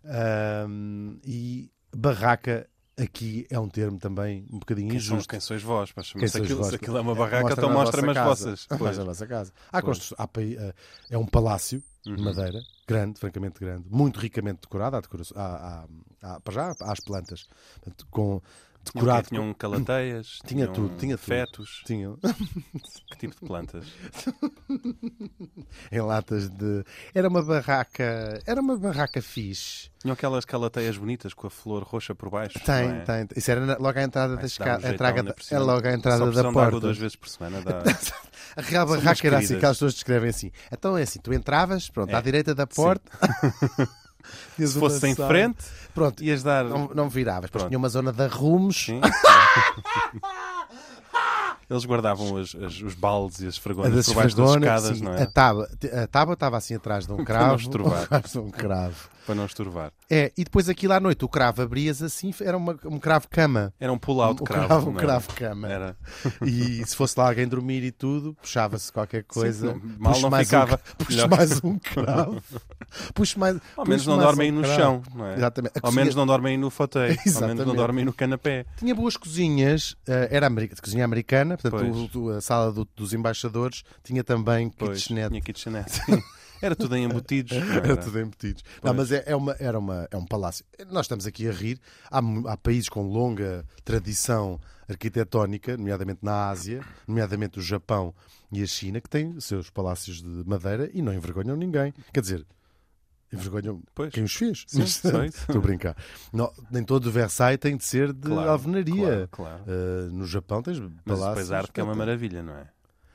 Speaker 2: Ahm, e barraca aqui é um termo também um bocadinho
Speaker 3: Quem, são,
Speaker 2: injusto.
Speaker 3: quem sois vós? Para chamar
Speaker 2: Quem
Speaker 3: se
Speaker 2: sois
Speaker 3: aquilo,
Speaker 2: vós?
Speaker 3: se aquilo é uma barraca, então
Speaker 2: mostra
Speaker 3: mostra-me as vossas. Pois.
Speaker 2: Mostra a vossa casa. Há constru- há pai- eh, é um palácio
Speaker 3: Uhum.
Speaker 2: de madeira, grande, francamente grande, muito ricamente decorado. Há decoração, há, há- há- para já há as plantas, portanto, com,
Speaker 3: Tinham,
Speaker 2: decorado.
Speaker 3: tinham calateias,
Speaker 2: Tinha
Speaker 3: tinham
Speaker 2: tudo, tinha tudo.
Speaker 3: fetos,
Speaker 2: tinham
Speaker 3: que tipo de plantas?
Speaker 2: em latas de. Era uma barraca. Era uma barraca fixe.
Speaker 3: Tinham aquelas calateias bonitas com a flor roxa por baixo.
Speaker 2: Tem,
Speaker 3: não é?
Speaker 2: tem. Isso era na- logo à entrada
Speaker 3: Ai,
Speaker 2: da
Speaker 3: se dá um
Speaker 2: escada.
Speaker 3: jeitão ainda por
Speaker 2: era
Speaker 3: cima.
Speaker 2: logo à
Speaker 3: Só
Speaker 2: entrada da
Speaker 3: precisam de água
Speaker 2: porta.
Speaker 3: duas vezes por semana dá.
Speaker 2: A Real
Speaker 3: São
Speaker 2: Barraca
Speaker 3: umas
Speaker 2: era assim,
Speaker 3: queridas. É.
Speaker 2: aquelas pessoas descrevem assim. Então é assim, tu entravas, pronto, à direita da porta. tinhas
Speaker 3: Se
Speaker 2: uma
Speaker 3: fosse em
Speaker 2: sala.
Speaker 3: frente,
Speaker 2: Pronto,
Speaker 3: ias dar.
Speaker 2: não, não viravas. Depois
Speaker 3: Pronto.
Speaker 2: tinha uma zona de arrumos.
Speaker 3: Sim. Eles guardavam as- as- os baldes e as
Speaker 2: A
Speaker 3: fragonas
Speaker 2: das
Speaker 3: por baixo das
Speaker 2: esfragonas,
Speaker 3: escadas,
Speaker 2: sim,
Speaker 3: não
Speaker 2: a
Speaker 3: é?
Speaker 2: tábua, a tábua estava assim atrás de um
Speaker 3: não
Speaker 2: cravo,
Speaker 3: estrovar.
Speaker 2: atrás de um cravo.
Speaker 3: Para não estorvar.
Speaker 2: É, e depois aquilo à noite o cravo abrias assim, era uma- um cravo cama,
Speaker 3: Era um pull-out
Speaker 2: um
Speaker 3: cravo.
Speaker 2: cravo, um
Speaker 3: não
Speaker 2: cravo cama.
Speaker 3: Era.
Speaker 2: E se fosse lá alguém dormir e tudo, puxava-se qualquer coisa.
Speaker 3: não- mal
Speaker 2: Puxa
Speaker 3: não
Speaker 2: mais
Speaker 3: ficava.
Speaker 2: Um, cra- puxa
Speaker 3: Melhor.
Speaker 2: mais um cravo. Puxa mais.
Speaker 3: Ao menos
Speaker 2: puxa
Speaker 3: não
Speaker 2: mais
Speaker 3: dormem
Speaker 2: um
Speaker 3: no
Speaker 2: cravo.
Speaker 3: chão, não é?
Speaker 2: Exatamente. A
Speaker 3: Ao
Speaker 2: cozinha-
Speaker 3: menos não dormem no foteio. Ao menos não
Speaker 2: Exatamente.
Speaker 3: dormem no canapé.
Speaker 2: Tinha boas cozinhas, eh, era ameri- cozinha americana, portanto
Speaker 3: Pois.
Speaker 2: o- o- a sala do- dos embaixadores tinha também
Speaker 3: Pois,
Speaker 2: kitchenette.
Speaker 3: tinha kitchenette. Era tudo em embutidos. não
Speaker 2: Era tudo em petites. Não, mas é, é uma, era uma, é um palácio. Nós estamos aqui a rir. Há, mu- há países com longa tradição arquitetónica, nomeadamente na Ásia, nomeadamente o Japão e a China, que têm seus palácios de madeira e não envergonham ninguém. Quer dizer, envergonham
Speaker 3: Pois.
Speaker 2: quem os fez.
Speaker 3: Sim, só isso.
Speaker 2: Estou a brincar. Não, nem todo Versailles tem de ser de
Speaker 3: Claro,
Speaker 2: alvenaria.
Speaker 3: claro, claro.
Speaker 2: Ah, no Japão tens
Speaker 3: Mas
Speaker 2: palácios.
Speaker 3: depois a arte que é uma maravilha, não é?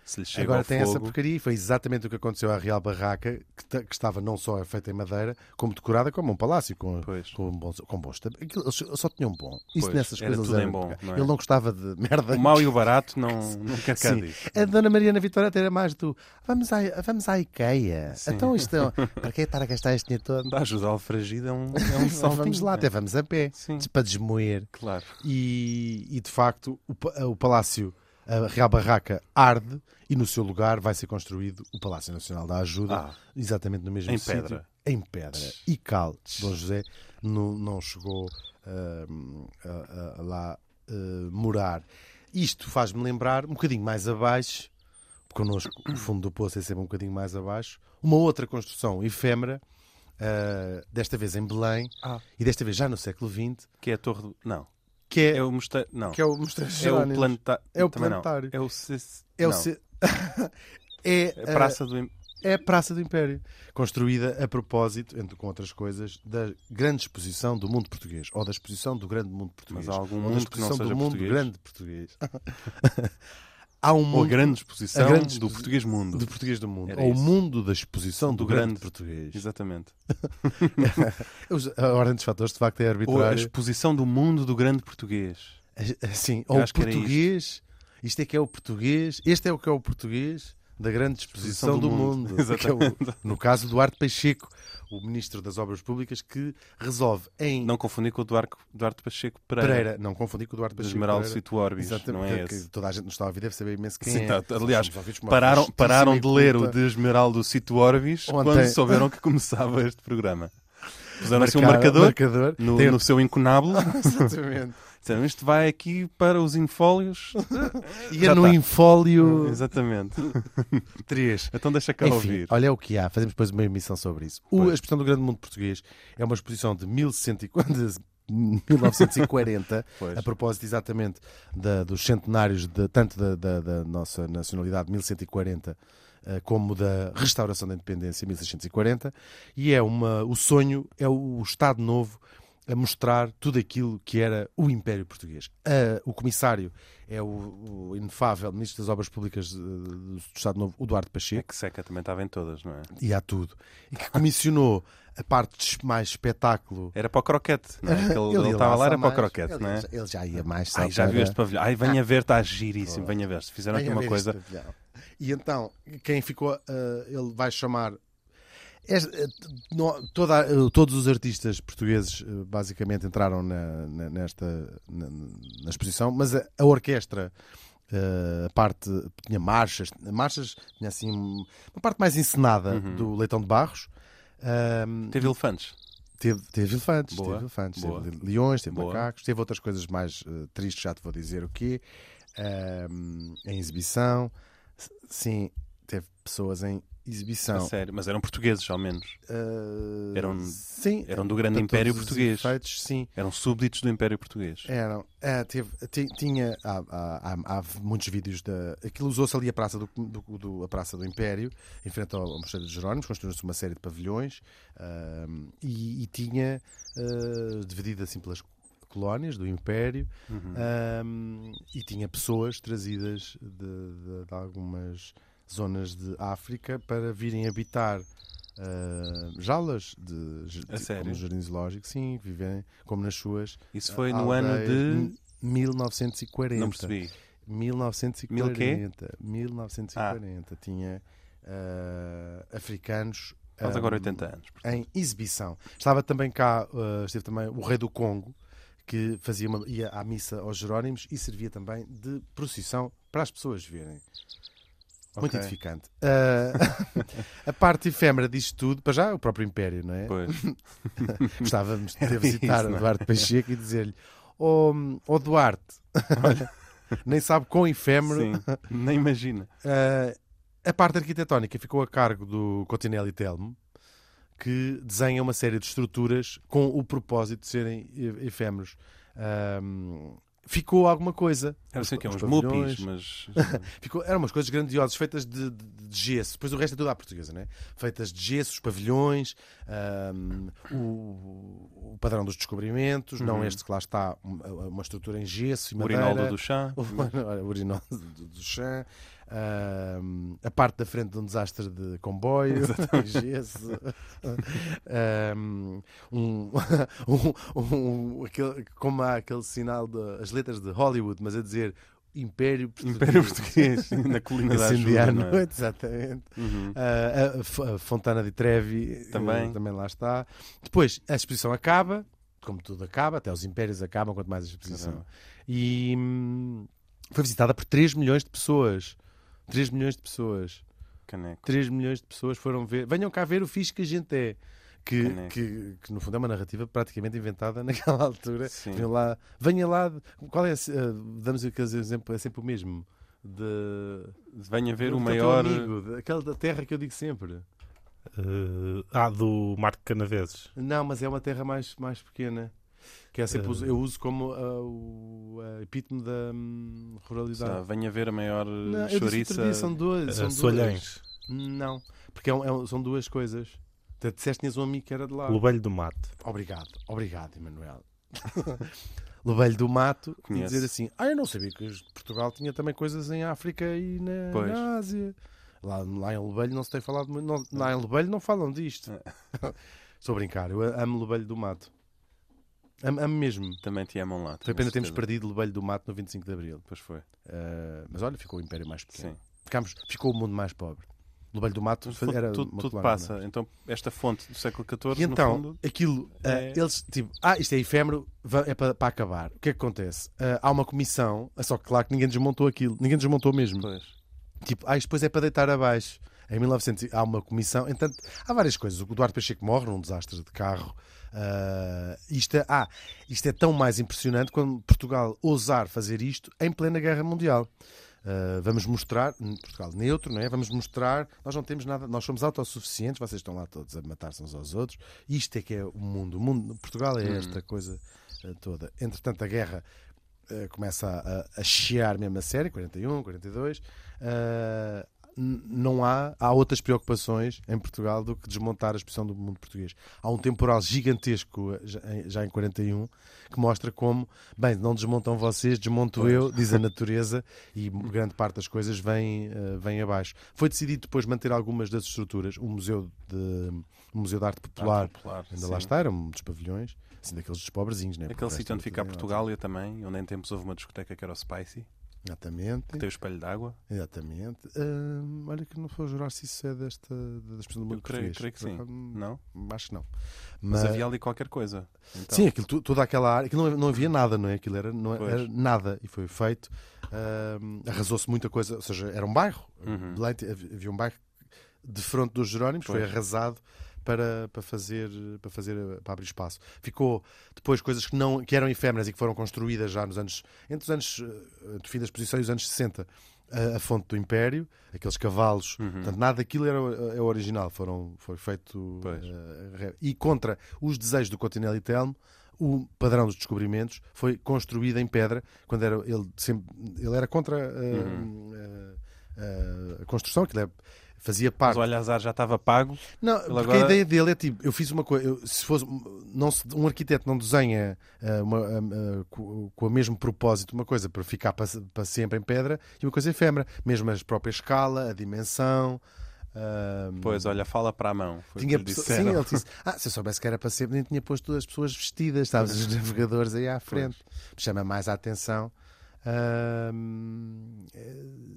Speaker 3: Se lhe chega
Speaker 2: Agora
Speaker 3: ao
Speaker 2: tem
Speaker 3: fogo,
Speaker 2: essa porcaria e foi exatamente o que aconteceu à Real Barraca, que, ta- que estava não só feita em madeira, como decorada como um palácio, com,
Speaker 3: Pois.
Speaker 2: com bons, com bons tab- aquilo, eles só tinham bom. Isso
Speaker 3: Pois,
Speaker 2: nessas
Speaker 3: era
Speaker 2: coisas
Speaker 3: tudo em
Speaker 2: era
Speaker 3: bom,
Speaker 2: impecável.
Speaker 3: não é?
Speaker 2: Ele não gostava de merda.
Speaker 3: O mau e o barato não, não quer cá
Speaker 2: Sim.
Speaker 3: disso.
Speaker 2: A Dona Mariana Vitória até era mais do vamos à, vamos à IKEA. Então isto é, para que estar a gastar este dinheiro todo?
Speaker 3: Dá ajuda ao alfragido é um, é um saltinho.
Speaker 2: vamos lá, até vamos a pé
Speaker 3: Sim.
Speaker 2: para desmoer.
Speaker 3: Claro.
Speaker 2: E, e, de facto o, pa- o Palácio a Real Barraca arde e no seu lugar vai ser construído o Palácio Nacional da Ajuda,
Speaker 3: Ah.
Speaker 2: exatamente no mesmo
Speaker 3: Em
Speaker 2: sítio,
Speaker 3: pedra.
Speaker 2: em pedra e cal. Dom José não, não chegou ahm, a, a- a lá ah, morar. Isto faz-me lembrar, um bocadinho mais abaixo, connosco o fundo do poço é sempre um bocadinho mais abaixo, uma outra construção efêmera, ah, desta vez em Belém,
Speaker 3: Ah.
Speaker 2: e desta vez já no século XX,
Speaker 3: Que é a torre do... Não.
Speaker 2: que é,
Speaker 3: É o mosteiro. Não.
Speaker 2: que é o Mosteiro de
Speaker 3: É o
Speaker 2: Jerónimos.
Speaker 3: planta-
Speaker 2: É o
Speaker 3: também não.
Speaker 2: planetário.
Speaker 3: É o. Cis...
Speaker 2: É o
Speaker 3: não.
Speaker 2: ce- é,
Speaker 3: É
Speaker 2: a-
Speaker 3: a Praça do. Im-
Speaker 2: é a Praça do Império, construída a propósito, entre com outras coisas, da grande exposição do mundo português, ou da exposição do grande mundo português.
Speaker 3: Mas há algum
Speaker 2: ou da
Speaker 3: mundo que não
Speaker 2: exposição
Speaker 3: seja
Speaker 2: do mundo
Speaker 3: português?
Speaker 2: grande português. há um
Speaker 3: Ou a
Speaker 2: mundo
Speaker 3: grande exposição
Speaker 2: a grande
Speaker 3: do
Speaker 2: exposi-
Speaker 3: português mundo.
Speaker 2: de português do mundo,
Speaker 3: Era
Speaker 2: ou o
Speaker 3: isso.
Speaker 2: mundo da exposição do,
Speaker 3: Do
Speaker 2: grande,
Speaker 3: grande.
Speaker 2: português.
Speaker 3: Exatamente.
Speaker 2: Os- A ordem dos fatores, de facto, é
Speaker 3: Ou a
Speaker 2: arbitrária.
Speaker 3: exposição do mundo do grande português.
Speaker 2: Assim,
Speaker 3: Eu
Speaker 2: ou
Speaker 3: acho que era isto.
Speaker 2: português, isto. é que é o português, este é o que é o português da grande exposição do,
Speaker 3: do
Speaker 2: mundo.
Speaker 3: mundo.
Speaker 2: Que é o- no caso, Duarte Pacheco, o ministro das Obras Públicas, que resolve em
Speaker 3: Não confundir com o Duarte, Duarte Pacheco Pereira.
Speaker 2: Pereira, não confundir com o Duarte
Speaker 3: De
Speaker 2: Pacheco
Speaker 3: Esmeralda
Speaker 2: Pereira.
Speaker 3: Cito Orbis,
Speaker 2: Exatamente,
Speaker 3: não é
Speaker 2: que
Speaker 3: esse?
Speaker 2: toda a gente nos está a ouvir deve saber imenso quem
Speaker 3: Sim,
Speaker 2: é.
Speaker 3: tá.
Speaker 2: Nós
Speaker 3: aliás,
Speaker 2: somos ouvidos por uma
Speaker 3: pararam,
Speaker 2: vastíssima
Speaker 3: pararam de ler o
Speaker 2: culta.
Speaker 3: de Esmeralda Cito Orbis
Speaker 2: Ontem.
Speaker 3: quando souberam que começava este programa. Puseram assim um
Speaker 2: Marcar-
Speaker 3: marcador
Speaker 2: marcador.
Speaker 3: no,
Speaker 2: Tem-
Speaker 3: no seu incunábulo.
Speaker 2: Exatamente.
Speaker 3: Disseram, isto vai aqui para os infólios.
Speaker 2: E
Speaker 3: Já
Speaker 2: é no
Speaker 3: tá.
Speaker 2: infólio
Speaker 3: Exatamente.
Speaker 2: 3.
Speaker 3: Então deixa cá
Speaker 2: Enfim,
Speaker 3: ouvir.
Speaker 2: olha o que há, fazemos depois uma emissão sobre isso. O-
Speaker 3: Pois.
Speaker 2: a exposição do Grande Mundo Português é uma exposição de 1150 de 1940,
Speaker 3: Pois.
Speaker 2: a propósito exatamente da- dos centenários, de, tanto da, da- da nossa nacionalidade, 1140, eh, como da restauração da independência, 1640, e é uma, o sonho, é o Estado Novo a mostrar tudo aquilo que era o Império Português. Ah, o comissário é o, o inefável Ministro das Obras Públicas eh, do Estado Novo, o Duarte Pacheco
Speaker 3: É que seca também estava em todas, não é?
Speaker 2: e há tudo. E que comissionou a parte de mais espetáculo.
Speaker 3: Era para o croquete, não é? Aquele-
Speaker 2: ia
Speaker 3: ele estava lá,
Speaker 2: só
Speaker 3: era para o
Speaker 2: mais.
Speaker 3: croquete,
Speaker 2: ele,
Speaker 3: não é?
Speaker 2: já- ele já ia mais. só
Speaker 3: Ai, já
Speaker 2: para-
Speaker 3: viu este pavilhão? Ai, venha ver, está giríssimo, venha ver. Se fizeram
Speaker 2: Venha
Speaker 3: aqui uma
Speaker 2: ver
Speaker 3: coisa.
Speaker 2: este pavilhão. E então, quem ficou, eh, ele vai chamar. Este, eh, no- toda a- eh, todos os artistas portugueses eh, basicamente entraram na, na- nesta na, na exposição, mas a, a orquestra, eh, a parte tinha marchas, marchas tinha assim uma parte mais encenada
Speaker 3: Uhum.
Speaker 2: do Leitão de Barros. eh, Ahm,
Speaker 3: Teve elefantes.
Speaker 2: Teve, teve elefantes,
Speaker 3: Boa,
Speaker 2: teve elefantes,
Speaker 3: boa.
Speaker 2: teve leões, teve
Speaker 3: Boa.
Speaker 2: macacos, teve outras coisas mais eh, tristes, já te vou dizer o quê. Ahm, em exibição, S- sim, teve pessoas em
Speaker 3: A
Speaker 2: exibição.
Speaker 3: sério, mas eram portugueses, ao menos.
Speaker 2: Ah,
Speaker 3: Eram-
Speaker 2: sim, eh,
Speaker 3: eram do um grande
Speaker 2: para tá todos
Speaker 3: Império
Speaker 2: os
Speaker 3: Português.
Speaker 2: efeitos, sim,
Speaker 3: Eram súbditos do Império Português.
Speaker 2: eram. Ah, teve, ti- tinha, há, há- há- há muitos vídeos da. Aquilo usou-se ali a Praça do, do- do- a Praça do Império, em frente ao, ao Mosteiro de Jerónimos, construiu-se uma série de pavilhões ahm, e, e tinha ah, dividido assim pelas colónias do Império
Speaker 3: Uhum.
Speaker 2: ahm, e tinha pessoas trazidas de, de- de algumas zonas de África para virem habitar. ah, jaulas de, de
Speaker 3: A sério?
Speaker 2: como jardins zoológicos, sim, viverem como nas suas
Speaker 3: Isso foi no ano
Speaker 2: Aldeias-
Speaker 3: de.
Speaker 2: Ah, N- 1940.
Speaker 3: Não percebi.
Speaker 2: 1940.
Speaker 3: Mil quê?
Speaker 2: 1940. Tinha ah, africanos
Speaker 3: Faz
Speaker 2: ah,
Speaker 3: agora 80 anos.
Speaker 2: em exibição. Estava também cá, ah, esteve também o rei do Congo, que fazia uma- ia à missa aos Jerónimos e servia também de procissão para as pessoas verem. Muito
Speaker 3: Ok.
Speaker 2: edificante. Ah, a parte efêmera disto tudo, para já é o próprio Império, não é?
Speaker 3: Pois.
Speaker 2: Gostávamos de
Speaker 3: Era
Speaker 2: ter visitar
Speaker 3: isso,
Speaker 2: o
Speaker 3: não é?
Speaker 2: Eduardo Pacheco e dizer-lhe: Ó ó Duarte, nem sabe quão efêmero.
Speaker 3: Sim. Nem imagina.
Speaker 2: Ah, a parte arquitetónica ficou a cargo do Cotinelli Telmo, que desenha uma série de estruturas com o propósito de serem e- efêmeros. Ahm, ficou alguma coisa.
Speaker 3: Era assim
Speaker 2: Os-
Speaker 3: que é
Speaker 2: os
Speaker 3: uns
Speaker 2: pavilhões.
Speaker 3: mupis, mas.
Speaker 2: Ficou, eram umas coisas grandiosas, feitas de, de- de gesso. Depois o resto é tudo à portuguesa, né? Feitas de gesso, os pavilhões, ahm, o, o padrão dos descobrimentos, não este que lá está, uma, uma estrutura em gesso e madeira.
Speaker 3: Urinaldo Uhum. do chá.
Speaker 2: O urinol do, do chão, ahm, a parte da frente de um desastre de comboio, em gesso, ahm, um, um- um- aquele- como há aquele sinal, de, as letras de Hollywood, mas a dizer Império Português.
Speaker 3: Império Português. Na colina da ajuda.
Speaker 2: Incendiar
Speaker 3: não
Speaker 2: à
Speaker 3: é?
Speaker 2: noite, exatamente.
Speaker 3: Uhum.
Speaker 2: Ah, a- a F- a, Fontana de Trevi eh,
Speaker 3: Também.
Speaker 2: também lá está. Depois a exposição acaba, como tudo acaba, até os impérios acabam, quanto mais a exposição.
Speaker 3: Caramba.
Speaker 2: E hum, foi visitada por 3 milhões de pessoas. 3 milhões de pessoas.
Speaker 3: Caneco.
Speaker 2: 3 milhões de pessoas foram ver. Venham cá ver o fixe que a gente é. Que,
Speaker 3: Caneco.
Speaker 2: que, que, no fundo é uma narrativa praticamente inventada naquela altura.
Speaker 3: Sim.
Speaker 2: Venham lá, venha lá. Qual é? a se- ah, damos aqueles exemplos, é sempre o mesmo. De,
Speaker 3: Venha ver o
Speaker 2: daquele
Speaker 3: maior.
Speaker 2: amigo, daquele da terra que eu digo sempre.
Speaker 4: Eh, ah, do Marco Canaveses.
Speaker 2: Não, mas é uma terra mais, mais pequena. Que é sempre, uso- eu uso como ah, o ah, epítome da hum,
Speaker 3: Tá,
Speaker 2: ruralidade.
Speaker 3: venha ver a maior eh,
Speaker 2: Não, eu disse outro
Speaker 3: chouriça.
Speaker 2: dia, são duas. São
Speaker 4: Uh,
Speaker 2: duas.
Speaker 4: Soalhães,
Speaker 2: Não, porque é um- é um- são duas coisas. Até disseste que tinhas um amigo que era de lá.
Speaker 4: Lobelho do Mato.
Speaker 2: Obrigado, obrigado, Emanuel. Lobelho do Mato e
Speaker 3: Conheço.
Speaker 2: dizer assim: Ah, eu não sabia que os- Portugal tinha também coisas em África e na,
Speaker 3: Pois.
Speaker 2: na Ásia. Lá, lá em Lobelho não se tem falado muito. não- lá em Lobelho não falam disto.
Speaker 3: É.
Speaker 2: Estou a brincar, eu amo Lobelho do Mato. Amo, amo mesmo.
Speaker 3: Também te amam lá.
Speaker 2: Foi
Speaker 3: tenho
Speaker 2: pena termos
Speaker 3: certeza.
Speaker 2: perdido Lobelho do Mato no 25 de Abril.
Speaker 3: Pois foi.
Speaker 2: Ah, mas olha, ficou o Império mais pequeno.
Speaker 3: Sim.
Speaker 2: Ficámos, ficou o mundo mais pobre. Lobelho do Mato
Speaker 3: Mas
Speaker 2: era
Speaker 3: tudo,
Speaker 2: uma
Speaker 3: tudo
Speaker 2: colónia, é?
Speaker 3: passa. Então, esta fonte do século XIV,
Speaker 2: E então,
Speaker 3: no fundo,
Speaker 2: aquilo, ah,
Speaker 3: é-
Speaker 2: eles, tipo, ah, isto é efêmero, va- é para, para acabar. O que é que acontece? Ah, há uma comissão, ah, só que claro que ninguém desmontou aquilo, ninguém desmontou mesmo.
Speaker 3: pois.
Speaker 2: Tipo, ah, isto depois é para deitar abaixo. Em 1900 há uma comissão, entanto, há várias coisas. O Eduardo Pacheco morre num desastre de carro. Ah, isto, é- ah, isto é tão mais impressionante quando Portugal ousar fazer isto em plena Guerra Mundial. Ah, vamos mostrar, hum, Portugal neutro, não é? Vamos mostrar, nós não temos nada, nós somos autossuficientes, vocês estão lá todos a matar-se uns aos outros. Isto é que é o mundo. O mundo Portugal é esta coisa ah, toda. Entretanto, a guerra eh, começa a, a, a chiar mesmo a série, 41, 42, eh, n- não há, há outras preocupações em Portugal do que desmontar a expressão do mundo português. Há um temporal gigantesco eh, já em, já em 41 que mostra como, bem, não desmontam vocês, desmonto eu, diz a natureza, e grande parte das coisas vem, eh, vem abaixo. Foi decidido depois manter algumas das estruturas, o Museu de, o museu de Arte Popular,
Speaker 3: Popular,
Speaker 2: ainda
Speaker 3: sim.
Speaker 2: lá está, era um dos pavilhões, assim, daqueles dos pobrezinhos, né? Porque o
Speaker 3: Aquele
Speaker 2: resto
Speaker 3: sítio onde
Speaker 2: era
Speaker 3: fica a
Speaker 2: tudo em
Speaker 3: Portugália também, onde em tempos houve uma discoteca que era o Spicy,
Speaker 2: alta. Exatamente.
Speaker 3: que tem o espelho d'água.
Speaker 2: Exatamente. Hum, olha que não vou jurar se isso é desta da expressão do mundo
Speaker 3: Eu creio,
Speaker 2: português.
Speaker 3: creio que sim.
Speaker 2: Hum,
Speaker 3: Não?
Speaker 2: Acho que não.
Speaker 3: Mas
Speaker 2: Mas- é-
Speaker 3: havia ali qualquer coisa. Então,
Speaker 2: Sim, aquilo, tu- toda aquela área, aquilo não, não havia nada, não é? Aquilo era, não era
Speaker 3: Pois.
Speaker 2: nada e foi feito. Hum, Arrasou-se muita coisa, ou seja, era um bairro.
Speaker 3: Uhum.
Speaker 2: Belém te- havia havia um bairro de fronte dos Jerónimos, foi
Speaker 3: Pois.
Speaker 2: arrasado para, para, fazer, para fazer para abrir espaço. Ficou depois coisas que, não, que eram efêmeras e que foram construídas já nos anos entre os anos eh, do fim da exposição e os anos 60. A, a fonte do Império, aqueles cavalos,
Speaker 3: Uhum.
Speaker 2: portanto, nada daquilo era o- é o original, foram, foi feito
Speaker 3: Pois.
Speaker 2: eh, re- e contra os desejos do Continelli e Telmo. O padrão dos descobrimentos foi construído em pedra quando era ele sempre ele era contra eh,
Speaker 3: Uhum.
Speaker 2: eh, eh, a construção que fazia
Speaker 3: Mas
Speaker 2: parte
Speaker 3: o Alhazar já estava pago.
Speaker 2: não,
Speaker 3: Ele
Speaker 2: porque
Speaker 3: agora-
Speaker 2: a ideia dele é tipo, eu fiz uma coisa, eu- se fosse não se- um arquiteto não desenha ah, uma- ah, ah, co- com o mesmo propósito uma coisa para ficar para, se- para sempre em pedra e uma coisa efêmera, mesmo a própria escala, a dimensão. ah,
Speaker 3: Pois, olha, fala para a mão. Foi o
Speaker 2: tinha
Speaker 3: que lhe
Speaker 2: pessoa-
Speaker 3: disseram.
Speaker 2: Sim, ele disse: Ah, se eu soubesse que era para sempre, nem tinha posto as pessoas vestidas, sabes? Os navegadores aí à frente. Chama mais a atenção ah, eh,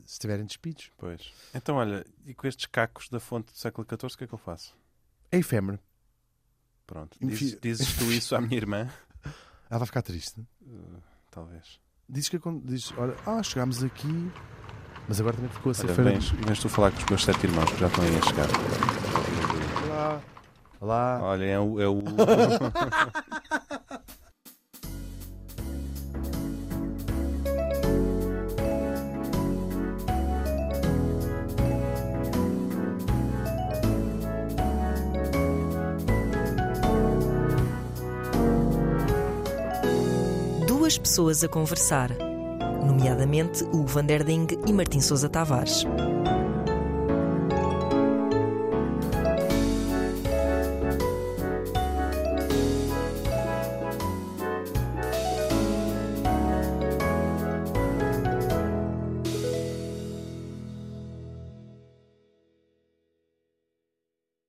Speaker 2: se estiverem despidos.
Speaker 3: Pois. Então, olha, e com estes cacos da fonte do século XIV, o que é que eu faço?
Speaker 2: É efêmero.
Speaker 3: Pronto.
Speaker 2: Enfim-
Speaker 3: Dizes, dizes tu isso à minha irmã?
Speaker 2: Ela Ah, vai ficar triste.
Speaker 3: Talvez.
Speaker 2: Diz que acon- diz, olha, ah, chegámos aqui, mas agora também ficou a ser
Speaker 3: Olha,
Speaker 2: feira.
Speaker 3: vens, vens tu falar com os meus sete irmãos que já estão aí a chegar.
Speaker 2: Olá. Olá.
Speaker 3: Olha, é o. É o...
Speaker 1: Duas pessoas a conversar, nomeadamente o Van der Ding e Martin Sousa Tavares.